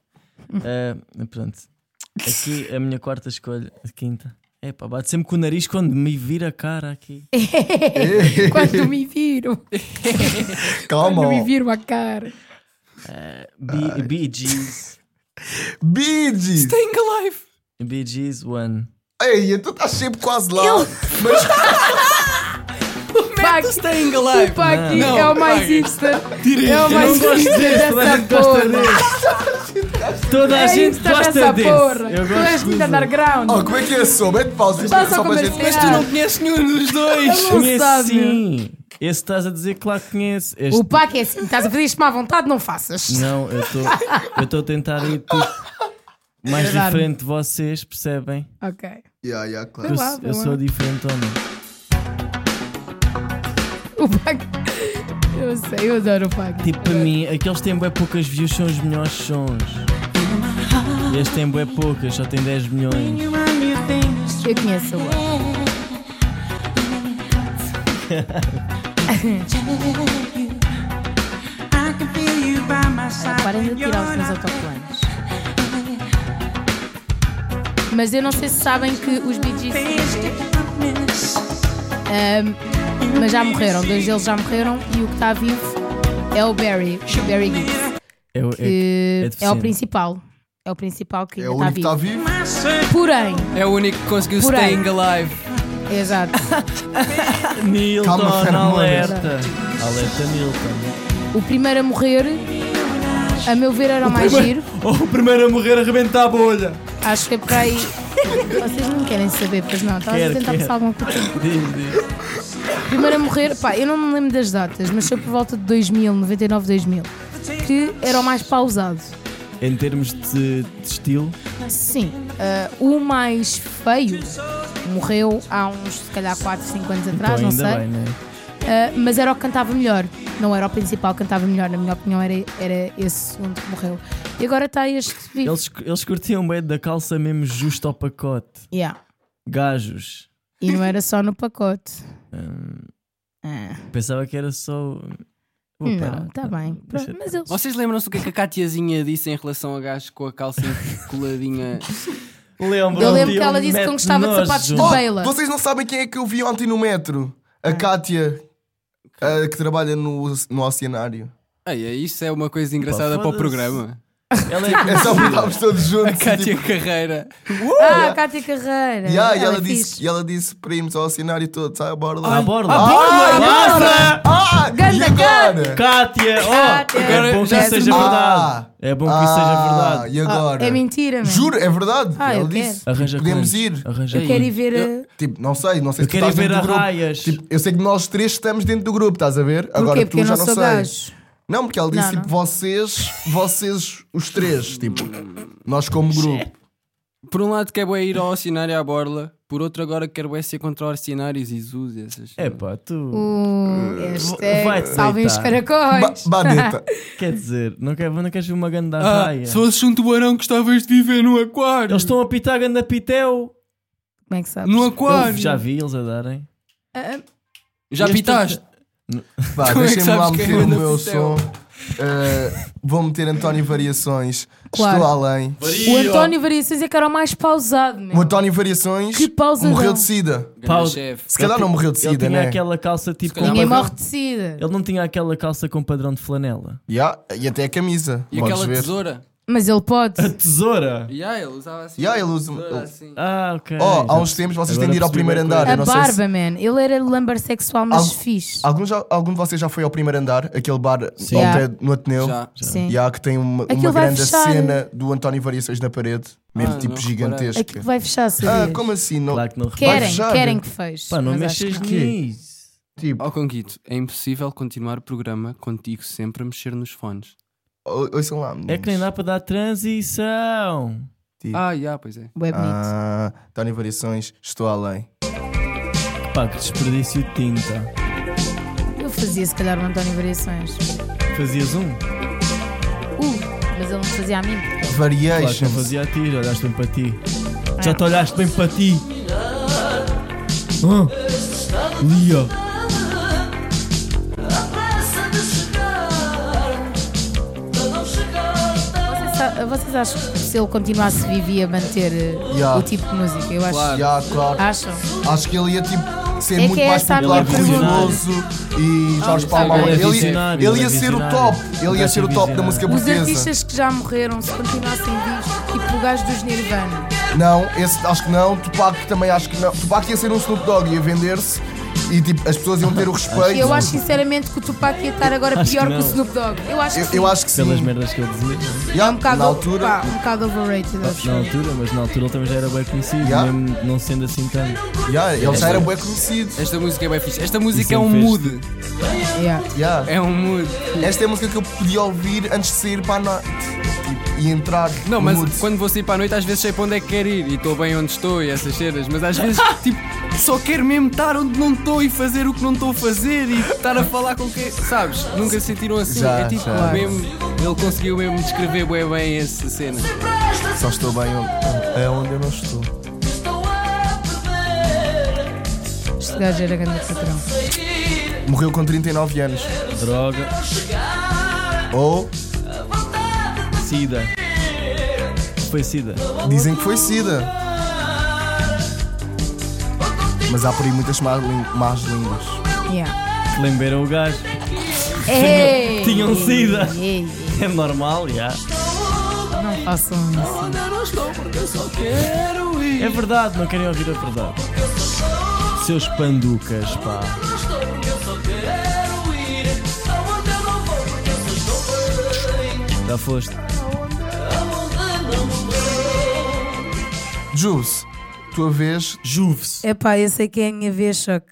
E: Eh, pronto. Aqui é a minha quarta escolha, a quinta. É pá, bate sempre com o nariz quando me vira a cara aqui.
B: Quando me viram.
C: Calma.
B: Quando me
C: ó.
B: viram a cara.
E: B- Bee Gees.
C: Bee Gees.
D: Staying alive.
E: Bee Gees One.
C: Ei, tu estás sempre quase lá.
B: Tá Pac,
D: Staying alive.
B: o Pac
D: Não,
B: é o
D: não,
B: mais
D: Pac.
B: hipster. É o mais
E: gosto
B: hipster
E: desse, toda a
B: dessa
E: gente gosta
B: porra.
E: Toda a
B: É
E: gente
B: hipster
E: gosta
B: dessa
E: desse.
B: porra.
E: Eu
B: Tu
E: gosto
B: és muito
E: dos-
B: underground.
C: Oh, como é que é só? Mete pausa. Isto é
B: Passa
C: só
B: a
C: para a gente.
B: comercial.
D: Mas tu não conheces nenhum dos dois.
B: Não
E: Conheço
B: sabe.
E: é sim. Esse estás a dizer, claro que conheço. Este
B: O Pac é assim. Estás a fazer isto má vontade, não faças.
E: Não, eu estou eu tô a tentar ir tipo, mais
B: Verdade.
E: diferente de vocês, percebem?
B: Ok.
C: Yeah,
E: Eu,
C: yeah, claro.
B: lá,
E: eu
B: vai lá.
E: sou diferente ou não?
B: O Pac. Eu sei, eu adoro o Pac.
E: Tipo, para mim, aqueles que têm bem poucas views são os melhores sons. Este tem bem poucas, só tem 10 milhões.
B: Eu conheço o Parem de tirar os meus autocolantes. Mas eu não sei se sabem que os Bee Gees, ahm, mas já morreram, dois deles já morreram e o que está vivo é o Barry, o Barry Gibbs,
E: É, o- é-
B: que é, o
E: deficiente.
B: principal, é o principal que
C: É
B: ainda
C: o único
B: está
C: que está
B: vivo.
C: vivo.
B: Porém,
D: É o único que conseguiu
B: Por aí.
D: staying alive.
B: exato,
E: Nilton,
C: Calma, feromônios.
E: alerta! Alerta Nilton.
B: o primeiro a morrer, a meu ver, era o mais giro.
E: Oh, o primeiro a morrer arrebenta a bolha!
B: Acho que é para aí. Vocês não querem saber, pois não. Estava a
E: Quero,
B: tentar
E: quero.
B: passar alguma coisa.
E: Diz, diz.
B: Primeiro a morrer, pá, eu não me lembro das datas, mas foi por volta de 2000, 99, 2000, que era o mais pausado.
E: Em termos de, de estilo,
B: Sim, ah, o mais feio morreu há uns, se calhar, 4, 5 anos
E: então
B: atrás, Tá, não
E: ainda
B: sei.
E: bem, né?
B: Ah, mas era o que cantava melhor. Não era o principal que cantava melhor, na minha opinião, era, era esse segundo que morreu. E agora está este vivo.
E: Eles, eles curtiam bem da calça mesmo justo ao pacote.
B: Yeah.
E: Gajos.
B: E não era só no pacote.
C: Hum. É.
B: Ah.
E: Pensava que era só. Vou
B: Hum, Não,
E: parar.
B: está bem.
E: deixa
B: Mas eles.
D: Vocês lembram-se do que é que a Catiazinha disse em relação a gajos com a calcinha coladinha?
E: Lembro,
B: Eu lembro que
E: um
B: ela disse que gostava de sapatos de
C: Oh,
B: Baila. Ah.
C: vocês não sabem quem é que eu vi ontem no metro? A Kátia, a que trabalha no, no Oceanário.
D: Ei, é isso é uma coisa engraçada
E: Pá,
D: para o
E: foda-se.
D: programa.
E: Ela
C: É só porque estávamos todos
D: A
C: juntos. e
D: Cátia
C: tipo,
D: Carreira.
B: Ah, a Cátia Carreira.
C: yeah, e, ela
B: é
C: disse,
B: fixe.
C: e ela disse para irmos ao cenário todo, sai, bora lá.
E: À borda.
C: ah, ah, e
B: Ganda
C: agora?
E: Cátia! Oh!
B: Cátia.
E: É bom que
D: Já
E: isso seja
C: sei.
B: Ah!
E: verdade. É bom que isso
C: Ah,
E: seja verdade.
C: E agora?
B: É mentira, mano.
C: Juro, é verdade.
B: Ah, eu
C: ela
B: quero.
C: disse.
E: Arranja
C: podemos
E: com
C: ir.
E: eles. Arranja
B: Eu
E: com
B: quero ir
E: eles.
B: ver. eh, a-
C: Tipo, não sei, não sei
E: Eu
C: se tu
E: quero ir
C: estás
E: ver
C: dentro
E: a
C: do grupo.
E: raias.
C: Tipo, eu sei que nós três estamos dentro do grupo, estás a ver? Agora
B: Porquê?
C: tu
B: Porque eu
C: já
B: não
C: não
B: sou
C: sei.
B: gajo.
C: Não, porque ela disse
B: Não,
C: tipo,
B: não.
C: vocês, vocês, os três, tipo, nós como grupo.
D: Por um lado quero é ir ao Orcinário à Borla, por outro agora quero é ser contra Orcinários e Zuz e essas
E: É pá, tu.
B: Uh,
E: vai-te
B: hashtag salvem os
E: deitar.
C: Ba
B: caracóis.
C: Badeta.
E: Quer dizer, não queres não queres ver uma ganda
D: Ah,
E: raia?
D: se fosses um tubarão gostavas de viver no aquário.
E: é. Eles estão a pitar ganda pitel.
B: Como é que sabes? Eh,
D: No
E: Eu
D: aquário.
E: já vi eles a darem.
D: Já pitaste?
C: Vá,
D: Como é que
C: deixem-me
D: sabes
C: lá
D: quem
C: meter o
D: é do
C: meu
D: céu?
C: som. Uh, vou meter António Variações.
B: Claro.
C: Estou além.
B: O António Variações é que era o mais pausado,
C: O
B: meu.
C: António Variações
B: Que pausadão.
C: morreu de sida.
E: Paulo-
D: Grande chefe.
C: Se calhar não morreu de
E: Ele
C: sida,
E: tinha
C: né?
E: aquela calça tipo.
D: calhar
E: com
B: Ninguém
E: padrão-
B: morre de sida.
E: Ele não tinha aquela calça com padrão de flanela.
C: Yeah, e até a camisa.
D: E
C: podes
D: aquela
C: ver.
D: tesoura?
B: Mas ele pode.
E: A tesoura!
D: E yeah, ele usava assim.
C: Yeah, ele
D: uma
C: usa- um-
D: tesoura
C: ele-
D: assim.
E: Ah, ok.
C: Oh, há
E: Já-
C: uns tempos vocês
E: Agora
C: têm de ir ao
E: percebi
C: primeiro
E: bem
C: andar.
E: qual
B: A
C: Eu não sei se-
B: barba, man. Ele era lambarsexual, mas
C: Algo-
B: fixe.
C: Algum, já, algum de vocês já foi ao primeiro andar, aquele bar
E: Sim.
C: ao
B: Yeah.
C: pé no Ateneu?
D: Já.
B: Sim.
C: E há que tem uma,
B: Aquilo
C: uma
B: vai
C: grande
B: fechar.
C: cena do António Variações na parede, mesmo
D: Ah,
C: tipo
D: não
C: gigantesca.
B: Aquilo É vai fechar,
C: Ah,
B: sabias?
C: como assim? Não,
E: Claro que não reparei.
B: Querem,
C: Vai fechar.
B: querem que feche.
E: Pá, não
B: mas acho
E: mexas
B: que não.
E: nisso.
C: tipo,
D: Ó Conguito, é impossível continuar o programa contigo sempre a mexer nos fones.
C: oi- ouçam lá. meninos.
E: É que nem dá para dar transição.
C: Tipo,
D: Ah, já, pois é.
B: Bué bonito.
C: ah, António Variações, estou além.
E: Pá, que desperdício de tinta.
B: Eu fazia, se calhar, o António Variações.
E: Fazias um?
B: Uh, mas ele não fazia a mim.
E: Claro que não
C: Variations.
E: fazia a ti, já olhaste um para ti.
B: Ah,
E: Já te olhaste bem para ti. Ah, Lia.
B: Vocês a- Vocês acham que se ele continuasse vivia a manter eh,
C: Yeah.
B: o tipo de música? Eu acho.
D: Claro.
C: Já, claro.
B: Acham?
C: Acho que ele ia tipo ser
B: É que
C: muito
B: é
C: mais
B: essa a
C: popular
B: minha
C: que o
E: pergunta.
C: Veloso e Jorge Palma.
E: Ele é
C: Ele, ia-
E: visionário,
C: ele
E: ele é
C: ia ser o
E: visionário.
C: top. Ele
E: Ele
C: ia
E: é
C: ser o top da
E: visionário.
C: música
B: Os
C: portuguesa.
B: artistas que já morreram, se continuassem vivos, tipo o gajo dos Nirvana.
C: Não, esse acho que não. Tupac também acho que não. Tupac ia ser um Snoop Dogg, ia vender-se e tipo as pessoas iam ter o respeito.
B: Eu acho sinceramente que o Tupac ia estar agora
E: Acho
B: pior
E: que
B: que, o
E: não.
B: Snoop Dogg. Eu acho
C: Eu,
B: que
C: eu
B: sim.
C: acho que sim.
E: Pelas merdas que ele dizia.
C: Yeah,
B: um bocado,
C: na altura.
B: pá, um bocado overrated. acho.
E: Na altura, mas na altura ele também já era bem conhecido,
C: Yeah.
E: mesmo não sendo assim tanto.
C: yeah, ele já era bem conhecido.
D: Esta música é bem fixe. Esta música é um
E: sempre
D: mood.
B: Yeah.
C: Yeah.
D: É um mood.
C: Esta é a música que eu podia ouvir antes de sair para a noite tipo, e entrar.
D: Não,
C: no
D: mas
C: mood.
D: quando vou sair para a noite, às vezes sei para onde é que quero ir e estou bem onde estou e essas cenas, mas às vezes, tipo, só quero mesmo estar onde não estou e fazer o que não estou a fazer e estar a falar com quem. Sabes? Nunca se sentiram assim.
C: Já,
D: é tipo,
C: já.
D: mesmo. Ele conseguiu mesmo descrever bem, bem essa cena.
C: Só estou bem onde, é onde eu não estou.
B: Este gajo era grande patrão.
C: Morreu com 39 anos.
E: Droga,
C: Ou
E: sida. Foi sida.
C: dizem que foi SIDA. Mas há por aí muitas más, lin- más línguas.
B: Yeah.
E: Que lembraram o gajo.
B: Ei,
E: tinham
B: ei,
E: sida.
B: ei, ei,
E: É normal, já.
B: Não façam isso.
E: É verdade, não querem ouvir a verdade. Seus panducas, pá. Já foste.
C: Jules, tua vez,
E: Juve-se.
B: Epá, eu sei que é a minha vez, só que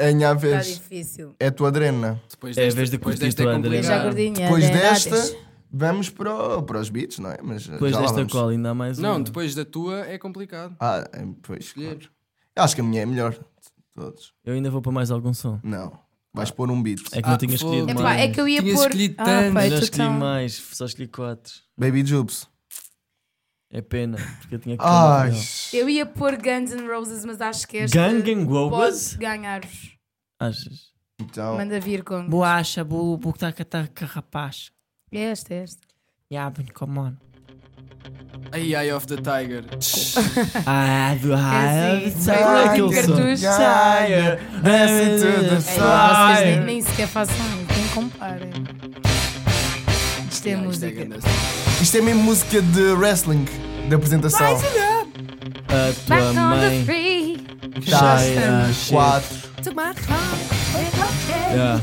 C: a minha
B: está
C: vez.
B: Tá difícil.
C: É a tua adrena.
D: Depois
E: É a vez de curtir
D: desta é
E: tu,
B: Eu
E: André.
B: já
D: complicado.
B: gordinha.
C: Depois
B: né?
C: desta,
B: Nadas.
C: vamos para, o- para os beats, não é? Mas
E: Depois
C: já lá
E: desta
C: vamos.
E: cola ainda há mais
D: Não,
E: uma.
D: depois da tua é complicado.
C: Ah, é, pois, claro. Eu Acho que a minha é melhor de todos.
E: Eu ainda vou para mais algum som.
C: Não. Vais pôr um beat.
E: É que não
D: Ah,
E: tinha escolhido
D: foda-se.
B: Epá,
E: mais.
B: é que eu ia
D: Tinhas
B: pôr.
D: escolhido
B: Ah,
D: tanto.
B: pá,
E: Eu
B: eu
E: já
B: tô
E: escolhi
B: tão-
E: mais, só escolhi quatro.
C: Baby Jubes.
E: É pena, porque eu tinha que
C: Ai.
B: Eu ia pôr Guns N' Roses, mas acho que este
E: Gang and
B: pode
E: Wobas?
B: ganhar-vos.
E: Achas?
C: Então,
B: Manda vir com.
E: Boacha, bu, bu,
B: tá
E: taca, taca, rapaz.
B: Esta, esta.
E: Yeah, been, come on.
D: Ai, Eye of the Tiger.
E: Ah, do
B: É assim, vai
E: Sabe
B: lá,
E: aquele som?
B: tipo cartucho.
E: Saia, desce tudo,
B: É,
E: saia.
B: vocês nem, nem sequer façam isso, nem comparem. Isto é música.
C: isto é mesmo música de wrestling, de apresentação. Tá.
E: A tua
B: Back on the
E: mãe
B: free,
E: cheira a
C: Três,
E: shit.
C: quatro.
B: to my heart.
E: Yeah.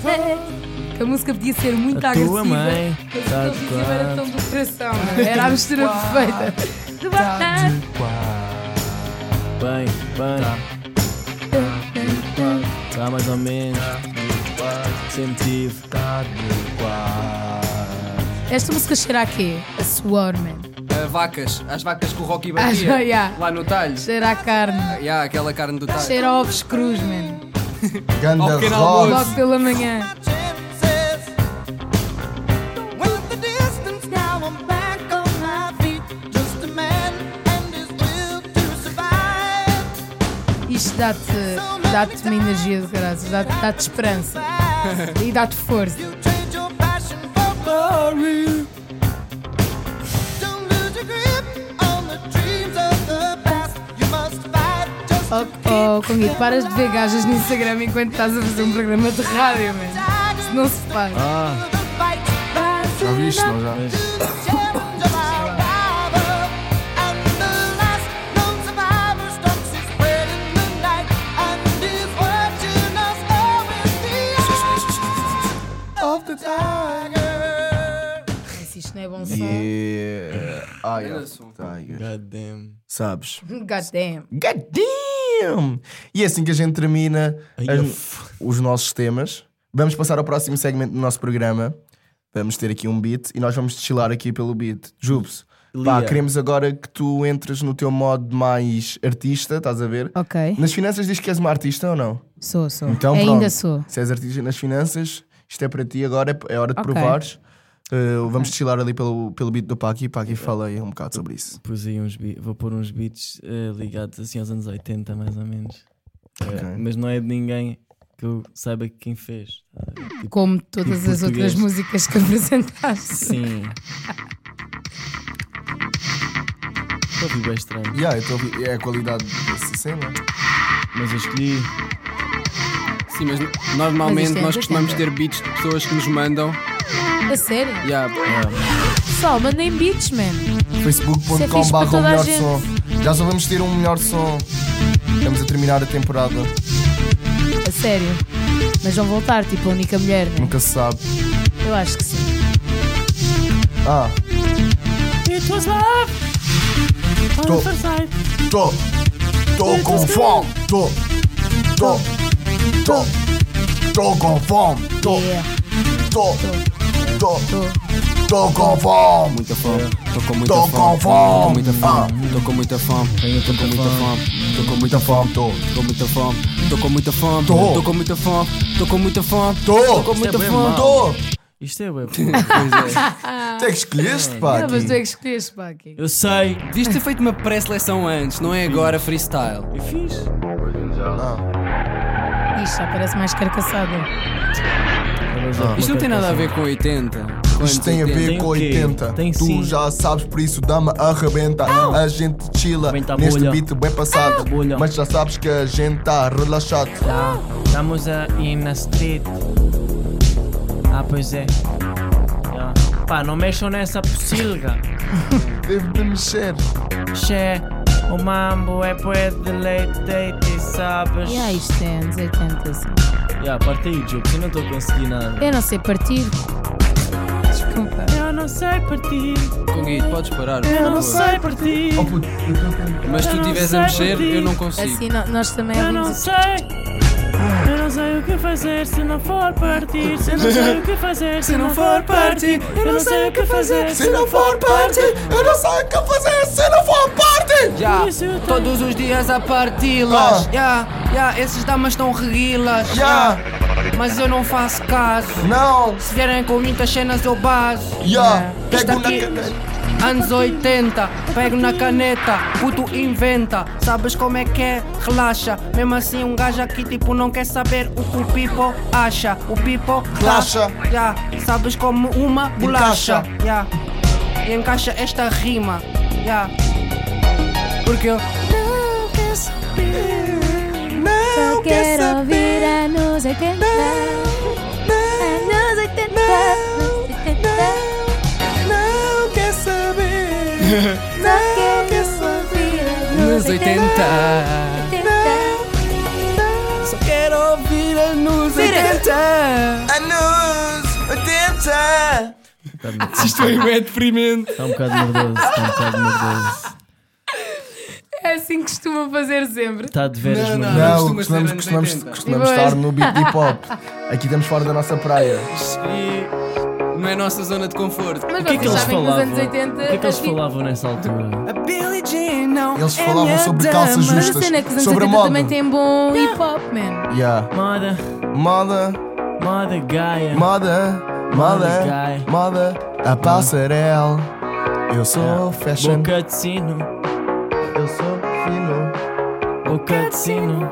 B: Que a música podia ser muito
E: A
B: agressiva.
E: tua mãe
B: mas o que
E: tá
B: eu
E: de
B: dizia era tão
E: quatro.
B: do coração. não é? Era a mistura perfeita. To my
C: Tá.
B: heart.
E: Bem, bem, tá mais ou menos. Sempre tive.
B: Esta música cheira a quê? A suor, man.
D: Ah, vacas. As vacas que o Rocky
B: Ah,
D: batia.
B: já, já.
D: Lá no talho.
B: Cheira a carne.
D: Yeah, aquela carne do talho.
B: Cheira a ovos crus, man.
D: Ao
C: Ganda
D: pequeno
C: rock.
D: almoço.
B: Logo pela manhã. Isto dá-te dá-te uma energia de graças, dá-te dá-te esperança e dá-te força. Oh, oh Conguito, paras de ver gajas no Instagram enquanto estás a fazer um programa de rádio, man. Isso não se faz.
E: Ah,
C: Já viste, não já?
E: mas
B: Se isto não é bom som,
C: Yeah. Ai,
D: Olha
C: ó,
D: só.
C: Tiger.
E: goddamn.
C: Sabes?
B: god damn.
C: God damn! E é assim que a gente termina
E: Ai,
C: as-
E: eu
C: os nossos temas. Vamos passar ao próximo segmento do nosso programa. Vamos ter aqui um beat e nós vamos deschilar aqui pelo beat. Jubes, pá,
E: Lia.
C: queremos agora que tu entres no teu modo mais artista, estás a ver?
B: Ok,
C: Nas finanças diz que és uma artista ou não?
B: sou, sou.
C: Então,
B: Ainda
C: pronto.
B: sou.
C: Se és artista nas finanças, isto é para ti agora, é hora de
B: Ok.
C: provares. Eh, Vamos chilar ali pelo, pelo beat do Paki. Paki, fala aí um bocado sobre isso.
E: Pus aí uns beats, vou pôr uns beats eh, ligados assim aos anos 80, mais ou menos. Eh,
C: Ok.
E: mas não é de ninguém que eu saiba quem fez. Tipo,
B: Como todas
E: Tipo
B: as outras
E: português.
B: músicas que apresentaste.
E: Sim. Estou a ouvir bem estranho,
C: Yeah, eu tô a ouvir- é a qualidade dessa cena.
E: mas eu escolhi.
D: Sim, mas normalmente
B: Mas isto é
D: nós
B: anos
D: costumamos
B: 80.
D: ter beats de pessoas que nos mandam.
B: A sério?
D: Yeah.
B: Pessoal, mandem beats, man. Isso é
C: facebook.com
B: fixe para
C: barra o
B: toda a
C: melhor
B: gente.
C: som. Já só vamos ter um melhor som. Estamos a terminar a temporada.
I: A sério. Mas vão voltar, tipo, a única mulher, né?
C: Nunca se sabe.
I: Eu acho que sim.
C: Ah. Tô. Tô. Tô com fome. Tô. Tô. Tô. Tô com fome. Tô.
I: Yeah.
C: Tô. Tô. Tô com fome.
D: Muita fome, estou com muita
C: Tô com
D: fome. Tô com
C: fome.
D: muita fome, estou com muita fome. Estou com muita fome, estou com muita
C: Muita fome.
D: fome.
C: Tô.
D: Tô com muita fome, tô com muita fome,
C: Tô.
D: tô com muita fome, tô com muita fome,
C: Tô.
D: com muita
E: bem
D: fome.
E: mau.
C: Tô.
E: Isto é web.
C: Tu é que escolheste, pá.
B: Ah, mas tu
C: aqui.
B: é que escolheste, pá, aqui.
E: Eu sei,
D: Devias ter feito uma pré-seleção antes, não é agora freestyle.
E: eu fiz.
B: Ixi, já parece mais carcaçada.
D: Isto não tem nada a ver com 80. com
C: Isto tem a
D: 80.
C: ver
E: Tem
C: com
E: o quê?
C: 80.
E: Tem
C: tu
E: sim.
C: já sabes, por isso dama arrebenta. A gente chila
E: Arrebenta a
C: neste
E: bolha.
C: beat bem passado.
E: bolha.
C: Mas já sabes que a gente tá relaxado.
E: Tá, estamos aí na street. Ah, pois é. Já. Pá, não mexam nessa pocilga.
C: Devo de mexer.
E: Che, o mambo é poeta de late date, sabes?
I: E aí, isto é anos 80, assim.
E: Já, parte aí, Jukes, eu não estou a conseguir nada.
I: Eu não sei partir. Desculpa.
E: Eu não sei partir,
D: Conguito, podes parar, por
E: eu não
D: favor.
E: sei partir.
C: Oh, puto, eu tô a tentar.
D: Mas se
E: Eu
D: tu
E: não
D: estiveres a
E: sei
D: mexer,
E: partir.
D: eu não consigo.
B: Assim, no- nós também
I: é
E: Eu não
B: ouvimos.
E: sei, eu não sei o que fazer se não for partir. Se eu não sei o que fazer se não for partir. Eu não sei o que fazer
C: Se não for parte, eu não sei o que fazer. Se não for parte.
D: Já,
E: Isso eu tenho.
D: todos os dias a parti-las. Já, já, esses damas estão reguilas.
C: Já,
D: mas eu não faço caso.
C: não,
D: Se vierem com muitas cenas, eu baso.
C: já. Pego
D: Está
C: na
D: aqui.
C: cadeira.
D: Anos 80, pego na caneta, puto inventa, sabes como é que é? Relaxa, mesmo assim um gajo aqui tipo não quer saber o que o Pipo acha. O Pipo
C: Relaxa.
D: tá- já, sabes como uma bolacha.
C: Encaixa.
D: já. E encaixa esta rima, já. porque eu
I: Não quero saber. Não quero ouvir anos 80. Anos 80. Anos 80.
C: Não quer saber.
I: Não quero ouvir anos 80.
D: só quero ouvir anos 80.
C: Anos 80.
D: Isto é deprimente.
E: Está um bocado nervoso, está um bocado nervoso.
B: É assim que costuma fazer sempre.
E: Está de veras
D: Não, não,
E: nervoso.
C: Não,
D: Costuma ser
C: costumamos,
D: anos
C: costumamos, costumamos
D: 80.
B: E boas.
C: estar no beat hip hop. Aqui estamos fora da nossa praia.
D: Não é a nossa zona de conforto.
B: Mas
E: O que é que
B: vocês
E: eles
B: sabem que nos
E: falavam?
B: anos
E: O que
B: 80
E: é que eles
B: assim-
E: falavam nessa altura?
D: A Billie Jean não
C: Eles
D: é
C: falavam
D: minha
C: sobre calças
D: dama.
B: Mas a cena é que os anos
C: Sobre a
B: 80 também
C: moda.
B: tem bom hip hop, man.
C: Yeah.
E: Moda,
C: Moda,
E: moda Gaia.
C: moda, moda,
E: Moda,
C: moda, a passarela. Eu
I: oh,
C: sou fashion,
E: É. Boca de sino,
C: eu sou fino.
E: boca de sino.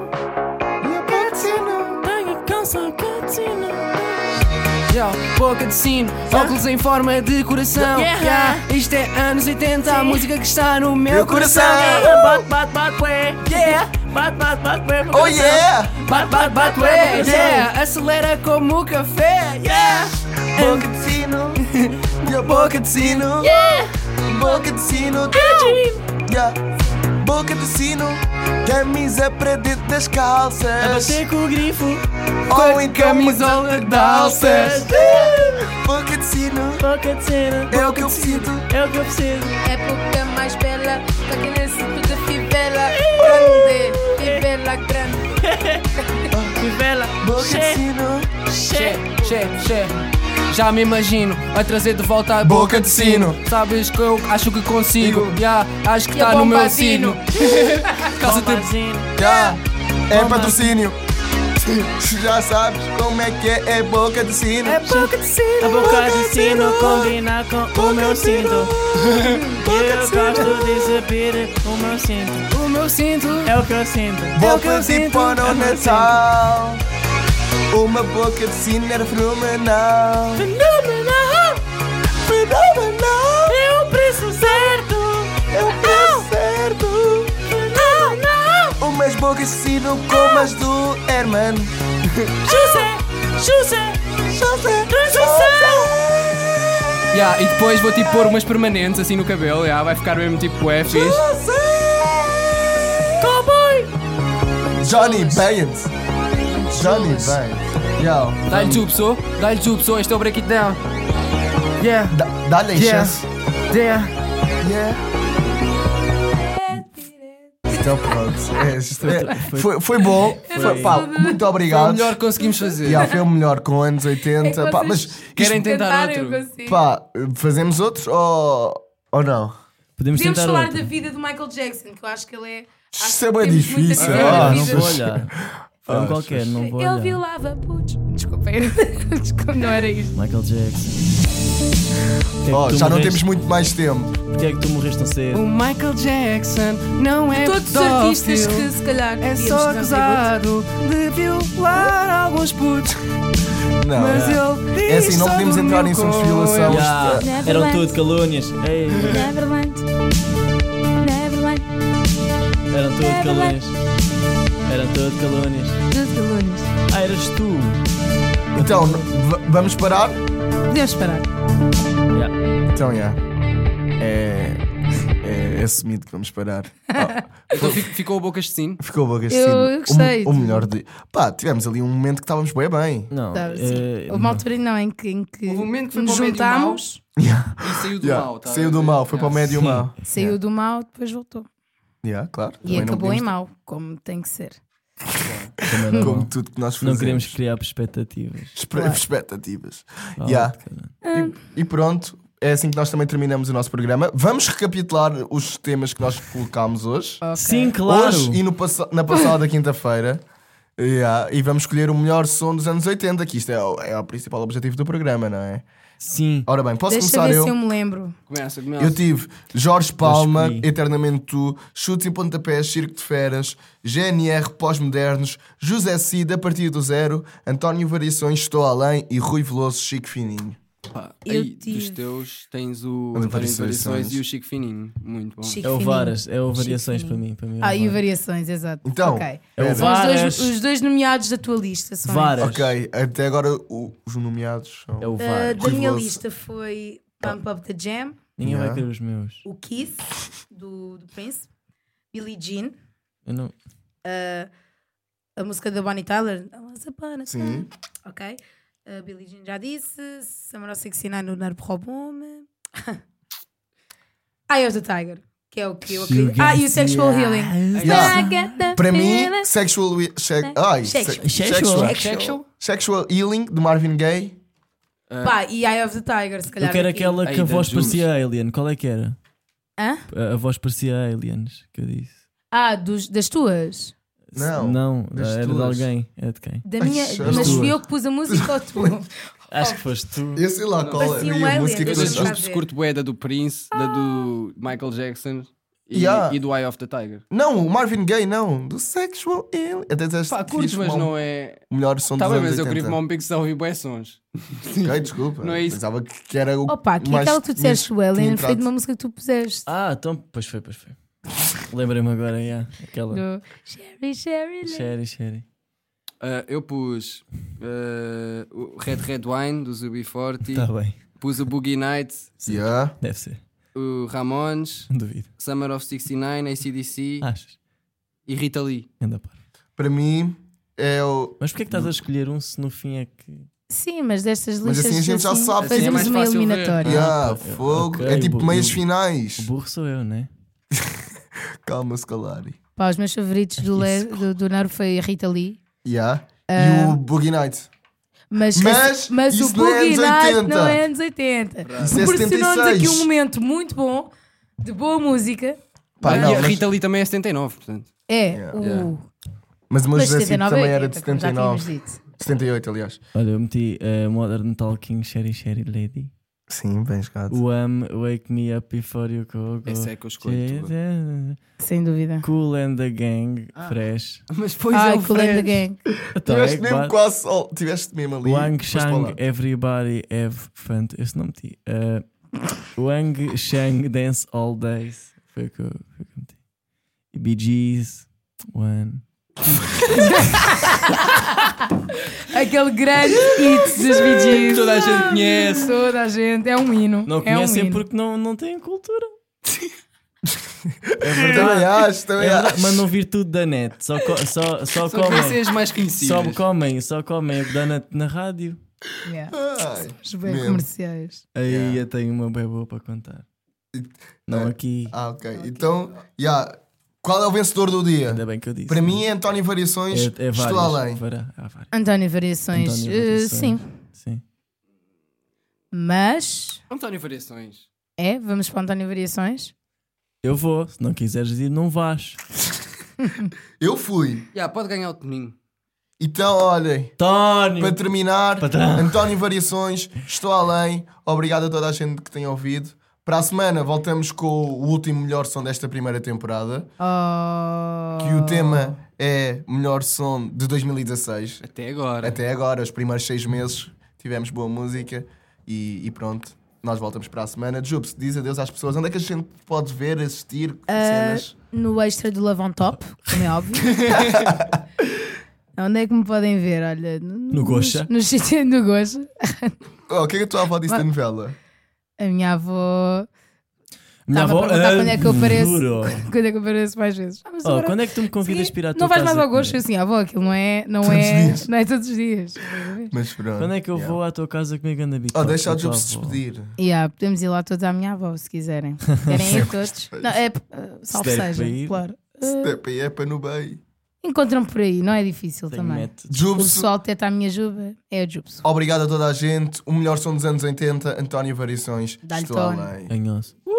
D: Yo, boca de sino, óculos em forma de coração. Yeah, isto é anos 80, a música que está no meu,
C: Meu coração. é
D: coração.
E: Bate, bate, bate, ué.
D: Yeah,
E: Bate, bate, bate, ué.
C: Oh yeah!
D: bate, bate, bate,
E: Meu
D: ué.
E: coração.
D: Yeah, acelera como o café. Yeah,
E: é.
C: Boca de sino, yeah, boca de sino, boca de sino, yeah. boca de sino, camisa para dentro das calças, então
E: Bater com o grifo,
C: ou em
D: camisola de
C: calças.
D: alças.
C: Boca de sino,
E: boca de sino.
C: é o que eu preciso.
E: É o que eu preciso.
B: Época mais bela, para quem é sinto de fivela grande, fivela grande.
E: Fivela,
C: Boca de sino,
D: Che, che, che. Já me imagino a trazer de volta a
C: boca de sino.
D: Sabes que eu acho que consigo.
C: Digo.
D: Yeah, acho que
B: E a
D: está no meu
B: bombadinho.
D: sino. tipo- Calça-te
E: Bombazino.
C: Yeah. É patrocínio. Já sabes como é que é, é boca de sino. É boca de sino.
J: A boca de sino combina com o meu cinto. Eu gosto de subir o meu cinto.
B: O meu cinto
J: É o que eu sinto.
C: Boca de pano Natal. Uma boca de sino era fenomenal.
J: Fenomenal!
C: Fenomenal.
J: É o preço certo! Ah!
C: É o preço certo.
J: Fenomenal! Ah!
C: Umas bocas de sino como as do Herman.
J: José! José!
C: José.
J: Transição!
D: Yeah, e depois vou tipo pôr umas permanentes assim no cabelo, yeah, vai ficar mesmo tipo é fixe.
J: Cowboy!
C: Johnny Baines. Johnny Baines. Yo.
D: Dá-lhe tu, pessoa, dá-lhe tu, pessoa, estou é break it down. Yeah,
C: Dá- Dá-lhe a
D: Yeah.
C: chance.
D: yeah.
C: Yeah. Então pronto, é, isto é- foi, foi bom, foi, pá, muito
D: Foi
C: obrigado.
D: o melhor que conseguimos fazer.
C: Yeah, foi o melhor com anos
B: É que
C: 80. pá, mas
B: vocês
D: Querem tentar
B: tentaram, eu
D: outro?
B: consigo.
C: pá, fazemos outros ou, ou não?
E: Podemos
B: Podemos
E: tentar
B: falar da
E: outro.
B: vida do Michael Jackson, que eu acho que ele é. acho
C: Isto é
B: que
C: bem
B: temos muita
C: difícil.
B: coisa
C: Ah,
B: na
E: Ah,
C: da
E: não
B: vida.
E: vou olhar. Foi um
C: Ah,
E: qualquer, não vou
B: Ele
E: olhar.
B: violava putos. Desculpa, era- desculpa, não era isto.
E: Michael Jackson. Porquê é que
C: Ó,
E: tu
C: já não
E: morreste-
C: temos muito mais tempo.
E: Porquê é que tu morreste tão cedo?
H: O Michael Jackson não é
B: Todos os artistas que se calhar.
H: É
B: devíamos
H: só
B: dar tributo.
H: acusado de violar alguns putos,
C: Não,
H: mas
C: é.
H: ele diz
C: É assim, não
H: só
C: podemos
H: do
C: entrar em
H: meu
C: assuntos de
H: corpo.
C: violação.
E: Yeah,
I: Neverland.
E: Eram tudo calúnias. Ei,
I: Neverland. Neverland.
E: eram tudo calúnias. Eram tudo calúnias.
B: Dos alunos.
E: Ah, eras tu.
C: Então, v- vamos parar?
B: Podemos parar.
C: Então, já. É, é assumido que vamos parar. Ó,
D: Então fi- ficou bocas de sino.
C: ficou boa
B: Eu- eu gostei.
C: O, melhor de. Pá, tivemos ali um momento que estávamos bem bem.
E: Não.
B: Tá, sim.
E: eh,
B: Houve uma altura não, em que, em que
D: Houve um momento que foi
B: nos
D: para o médio mau.
B: juntámos,
D: E saiu do
C: Yeah,
D: mal, tá?
C: Saiu do mal, foi para o médio mal.
B: saiu do mal, depois voltou.
C: Yeah, claro.
B: E
C: Também não
B: acabou em
C: podemos-
B: mal, como tem que ser.
E: também não.
C: Como tudo que nós fazemos.
E: Não queremos criar perspectivas.
C: Espe- expectativas.
E: Ah,
C: Yeah.
E: caralho.
C: E pronto, é assim que nós também terminamos o nosso programa. Vamos recapitular os temas que nós colocámos hoje.
E: Sim, claro.
C: Hoje e no passa- na passada quinta-feira. Yeah, e vamos escolher o melhor som dos anos 80, que isto é o, é o principal objetivo do programa, não é?
E: Sim.
C: Ora bem, posso
B: Deixa
C: começar
B: ver
C: eu?
B: se eu me lembro.
D: Começa, começa.
C: Eu tive Jorge Palma,
E: escolhi.
C: Eternamente Tu, Chutes e Pontapés, Circo de Feras, GNR Pós-Modernos, José Cid, A Partir do Zero, António Variações, Estou Além e Rui Veloso, Chico Fininho.
D: Pá,
B: Eu
D: aí, dos
B: tive.
D: teus tens o
C: As
D: António
C: variações.
D: Variações e o Chico Fininho. Muito bom.
B: Chico
E: É o
B: Fininho.
E: Varas, é o Variações
B: Chico
E: para mim. Para mim é o
B: Ah, e o
E: Varas.
B: variações, exato.
C: Então,
B: Ok.
C: é o
B: São os
E: Varas.
B: dois, os dois nomeados da tua lista. é? São
E: Varas.
C: Ok, até agora o- os nomeados são.
E: É o
B: esses. Ah,
E: VAR.
B: da minha
C: Rui Veloso.
B: lista foi Pump Up the Jam,
E: Ninguém
C: Yeah.
E: vai querer os meus.
B: o Kiss, do, do Prince, Billie Jean,
E: Eu não.
B: a música da Bonnie Tyler, Once Upon a
C: Sim.
B: Time, ok? Uh, Billie Jean já disse, Samurai 69 no Nervo Robome. Eye of the Tiger, que é o que eu acredito. Ah, e o Sexual Healing.
C: Yeah.
I: I get the
C: Para mim,
I: feeling.
C: Sexual. we- Sex, ai,
B: Sexual.
C: se- sexual.
D: Sexual?
C: Sexual Healing de Marvin Gaye.
B: Pá, e Eye of the Tiger, se calhar.
E: Eu quero
B: aqui.
E: aquela que a
D: Ainda
E: voz
D: juros.
E: parecia Alien. Qual é que era?
B: Hã?
E: A, a voz parecia Aliens, que eu disse.
B: Ah, dos- das tuas?
C: Não.
E: Não,
C: das
E: era de
C: tuas.
E: alguém. É de quem?
B: Da minha,
C: Ai,
B: mas
E: das
B: fui
E: tuas.
B: eu que pus a música ou tu?
D: Oh.
E: Acho que foste tu.
C: Eu sei lá qual
B: Parecia
C: é
B: um
C: a
B: alien.
C: música que
D: Eu
B: Eu
D: das
B: sei
C: tu
B: lá. Ah.
D: Justos curto bué da do Prince, da do Michael Jackson e,
C: Yeah.
D: e do Eye of the Tiger.
C: Não, o Marvin Gaye não. Do Sexual Healing. Até disseste
D: Pá,
C: que
D: curto,
C: querias
D: mas
C: fumar um-
D: não é...
C: O melhor som
D: Tá
C: dos
D: bem,
C: anos
D: mas eu
C: 80.
D: queria fumar um big são e bué sons.
C: Ok, desculpa.
D: Não é isso.
C: Pensava que que era o.
B: Opa, que é
C: mais-
B: aquela que tu disseste,
C: tinha
B: o Ellen, foi
C: entrado.
B: de uma música que tu puseste.
E: Ah, então. Pois foi, pois foi. Lembrei-me agora, yeah, aquela.
B: Do Sherry, Sherry, Lane.
E: Sherry, Sherry.
D: Ah, eu pus ah, o Red Red Wine, do UB40.
C: Tá.
E: Está Tá bem,
D: Pus o Boogie Nights,
C: Yeah.
E: deve ser.
D: o Ramones,
E: Não duvido.
D: Summer of 69, ACDC
C: Ah.
E: Achas?
D: e Rita Lee.
E: Anda par.
C: Para mim é o.
E: Mas porquê é que estás a escolher um se no fim é que.
B: Sim, mas destas
C: Mas
B: listas
C: assim a gente já
B: assim,
C: sabe.
D: Assim é
B: fazemos
D: mais
B: uma
D: fácil ver.
B: eliminatória.
C: Yeah,
E: ok,
C: fogo.
E: Ah, ok,
C: é tipo
E: bo-
C: meias
E: bo-
C: finais.
E: O burro sou eu, né?
C: Calma, Scalari.
B: Pá, os meus favoritos do, Le, do, do Nero foi a Rita Lee.
C: Yeah.
B: Ah,
C: E o Boogie Night.
B: Mas,
C: Mas
B: mas, o
C: isso não é
B: Boogie
C: anos
B: Night
C: 80.
B: não é anos 80.
C: Isso é
B: Proporcionou-nos aqui
C: 76.
B: um momento muito bom, de boa música.
C: Pá,
D: Ah, e
C: não,
D: a
C: mas-
D: Rita Lee também é 79, portanto.
B: É
C: Yeah.
B: o.
C: Mas o meu
B: Mas
C: Jurassic
B: 79
C: também
B: é-
C: era de
B: é como já tínhamos
C: 79.
B: dito.
C: 78, aliás.
E: Olha, eu meti eh, Modern Talking Sherry Sherry Lady.
C: Sim, bem jogado.
E: Wham, Wake Me Up Before You Go. go.
D: Essa é que eu escolho, Tuga.
B: Sem dúvida.
E: Cool and the Gang,
D: Ah.
E: Fresh.
D: Mas
B: Pois é Ai, que lenda gang.
E: Então, é
C: Tiveste
E: que
C: mesmo
E: bate.
C: quase. Oh, tiveste mesmo ali.
E: Wang
C: foste para lá.
E: Shang, É Everybody Have Fun. Esse não meti. Eh, Wang Shang Dance All Days. Foi o que eu, foi o que eu meti. E Bee Gees, One.
B: Aquele grande hit dos Bee Gees.
D: Toda a gente conhece.
B: Toda a gente. É um hino.
E: Não
B: é um
E: conhecem
B: hino.
E: porque não, não têm cultura.
C: É verdade. Também acho, também
E: É verdade,
C: acho.
E: mandam vir tudo da net. Só, co- só, só,
D: Só que
E: comem.
D: vocês mais conhecidas.
E: Só comem, só comem o que dá na, na rádio.
B: Yeah.
C: Ai,
B: Os bem
C: mesmo.
B: comerciais.
E: Aí
C: Yeah.
E: eu tenho uma bem boa para contar. Não
C: Ah.
E: aqui.
C: Ah, ok. Então, yeah. qual é o vencedor do dia?
E: Ainda bem que eu disse.
C: Para mim é António Variações.
E: é, é
C: Estou
E: várias.
C: além.
E: Vará- há várias.
B: António Variações.
E: António
B: eh,
E: Variações.
B: sim.
E: Sim.
B: Mas.
D: António Variações.
B: É, vamos para António Variações.
E: Eu vou, se não quiseres ir, não vás.
C: Eu fui.
D: Já, pode ganhar o Toninho.
C: Então, olhem.
E: António!
C: Para terminar,
E: Patrão.
C: António Variações, estou além. Obrigado a toda a gente que tem ouvido. Para a semana voltamos com o último melhor som desta primeira temporada.
B: Oh.
C: Que o tema é melhor som de 2016.
D: Até agora.
C: Até agora, os primeiros seis meses, tivemos boa música e, e pronto. Nós voltamos para a semana. Jupes, diz adeus às pessoas. Onde é que a gente pode ver, assistir cenas?
B: No extra do Love on Top, como é óbvio. Onde é que me podem ver? Olha, no,
E: No Goxa.
B: No, sítio- no Goxa.
C: Oh, o que é que a tua avó disse da
B: Mas-
C: novela?
B: A minha avô.
E: Minha eh, Ah,
B: Estava a perguntar quando é que eu apareço.
E: Juro.
B: Quando é que eu apareço mais vezes? Ah, mas
E: Oh,
B: agora-
E: quando é que tu me convidas
B: Sim,
E: para ir à tua
B: Não vais mais
E: casa
B: ao gosto,
E: comer?
B: assim, avó, aquilo não é. Não,
C: Todos os
B: é,
C: dias.
B: não é todos os dias.
C: Mas pronto.
E: Quando é que eu
C: Yeah.
E: vou à tua casa comigo na bitoca?
C: Oh, deixa o
E: tua
C: Jupes se
E: avó?
C: despedir.
B: Yeah, podemos ir lá todos à minha avó, se quiserem. Querem ir todos? Não, é, ah, salve
E: der
B: seja,
E: para ir.
B: claro.
C: É para- É para no bem.
B: Ah, Encontram por aí, não é difícil
E: Tenho
B: também.
E: mete.
B: O
C: Jupes,
B: pessoal que teta a minha juba é o Jupso.
C: Obrigado a toda a gente. O melhor som dos anos 80, António Variações.
B: Dá-lhe
C: Estou
B: tone.
C: além.
E: Ganhou-se.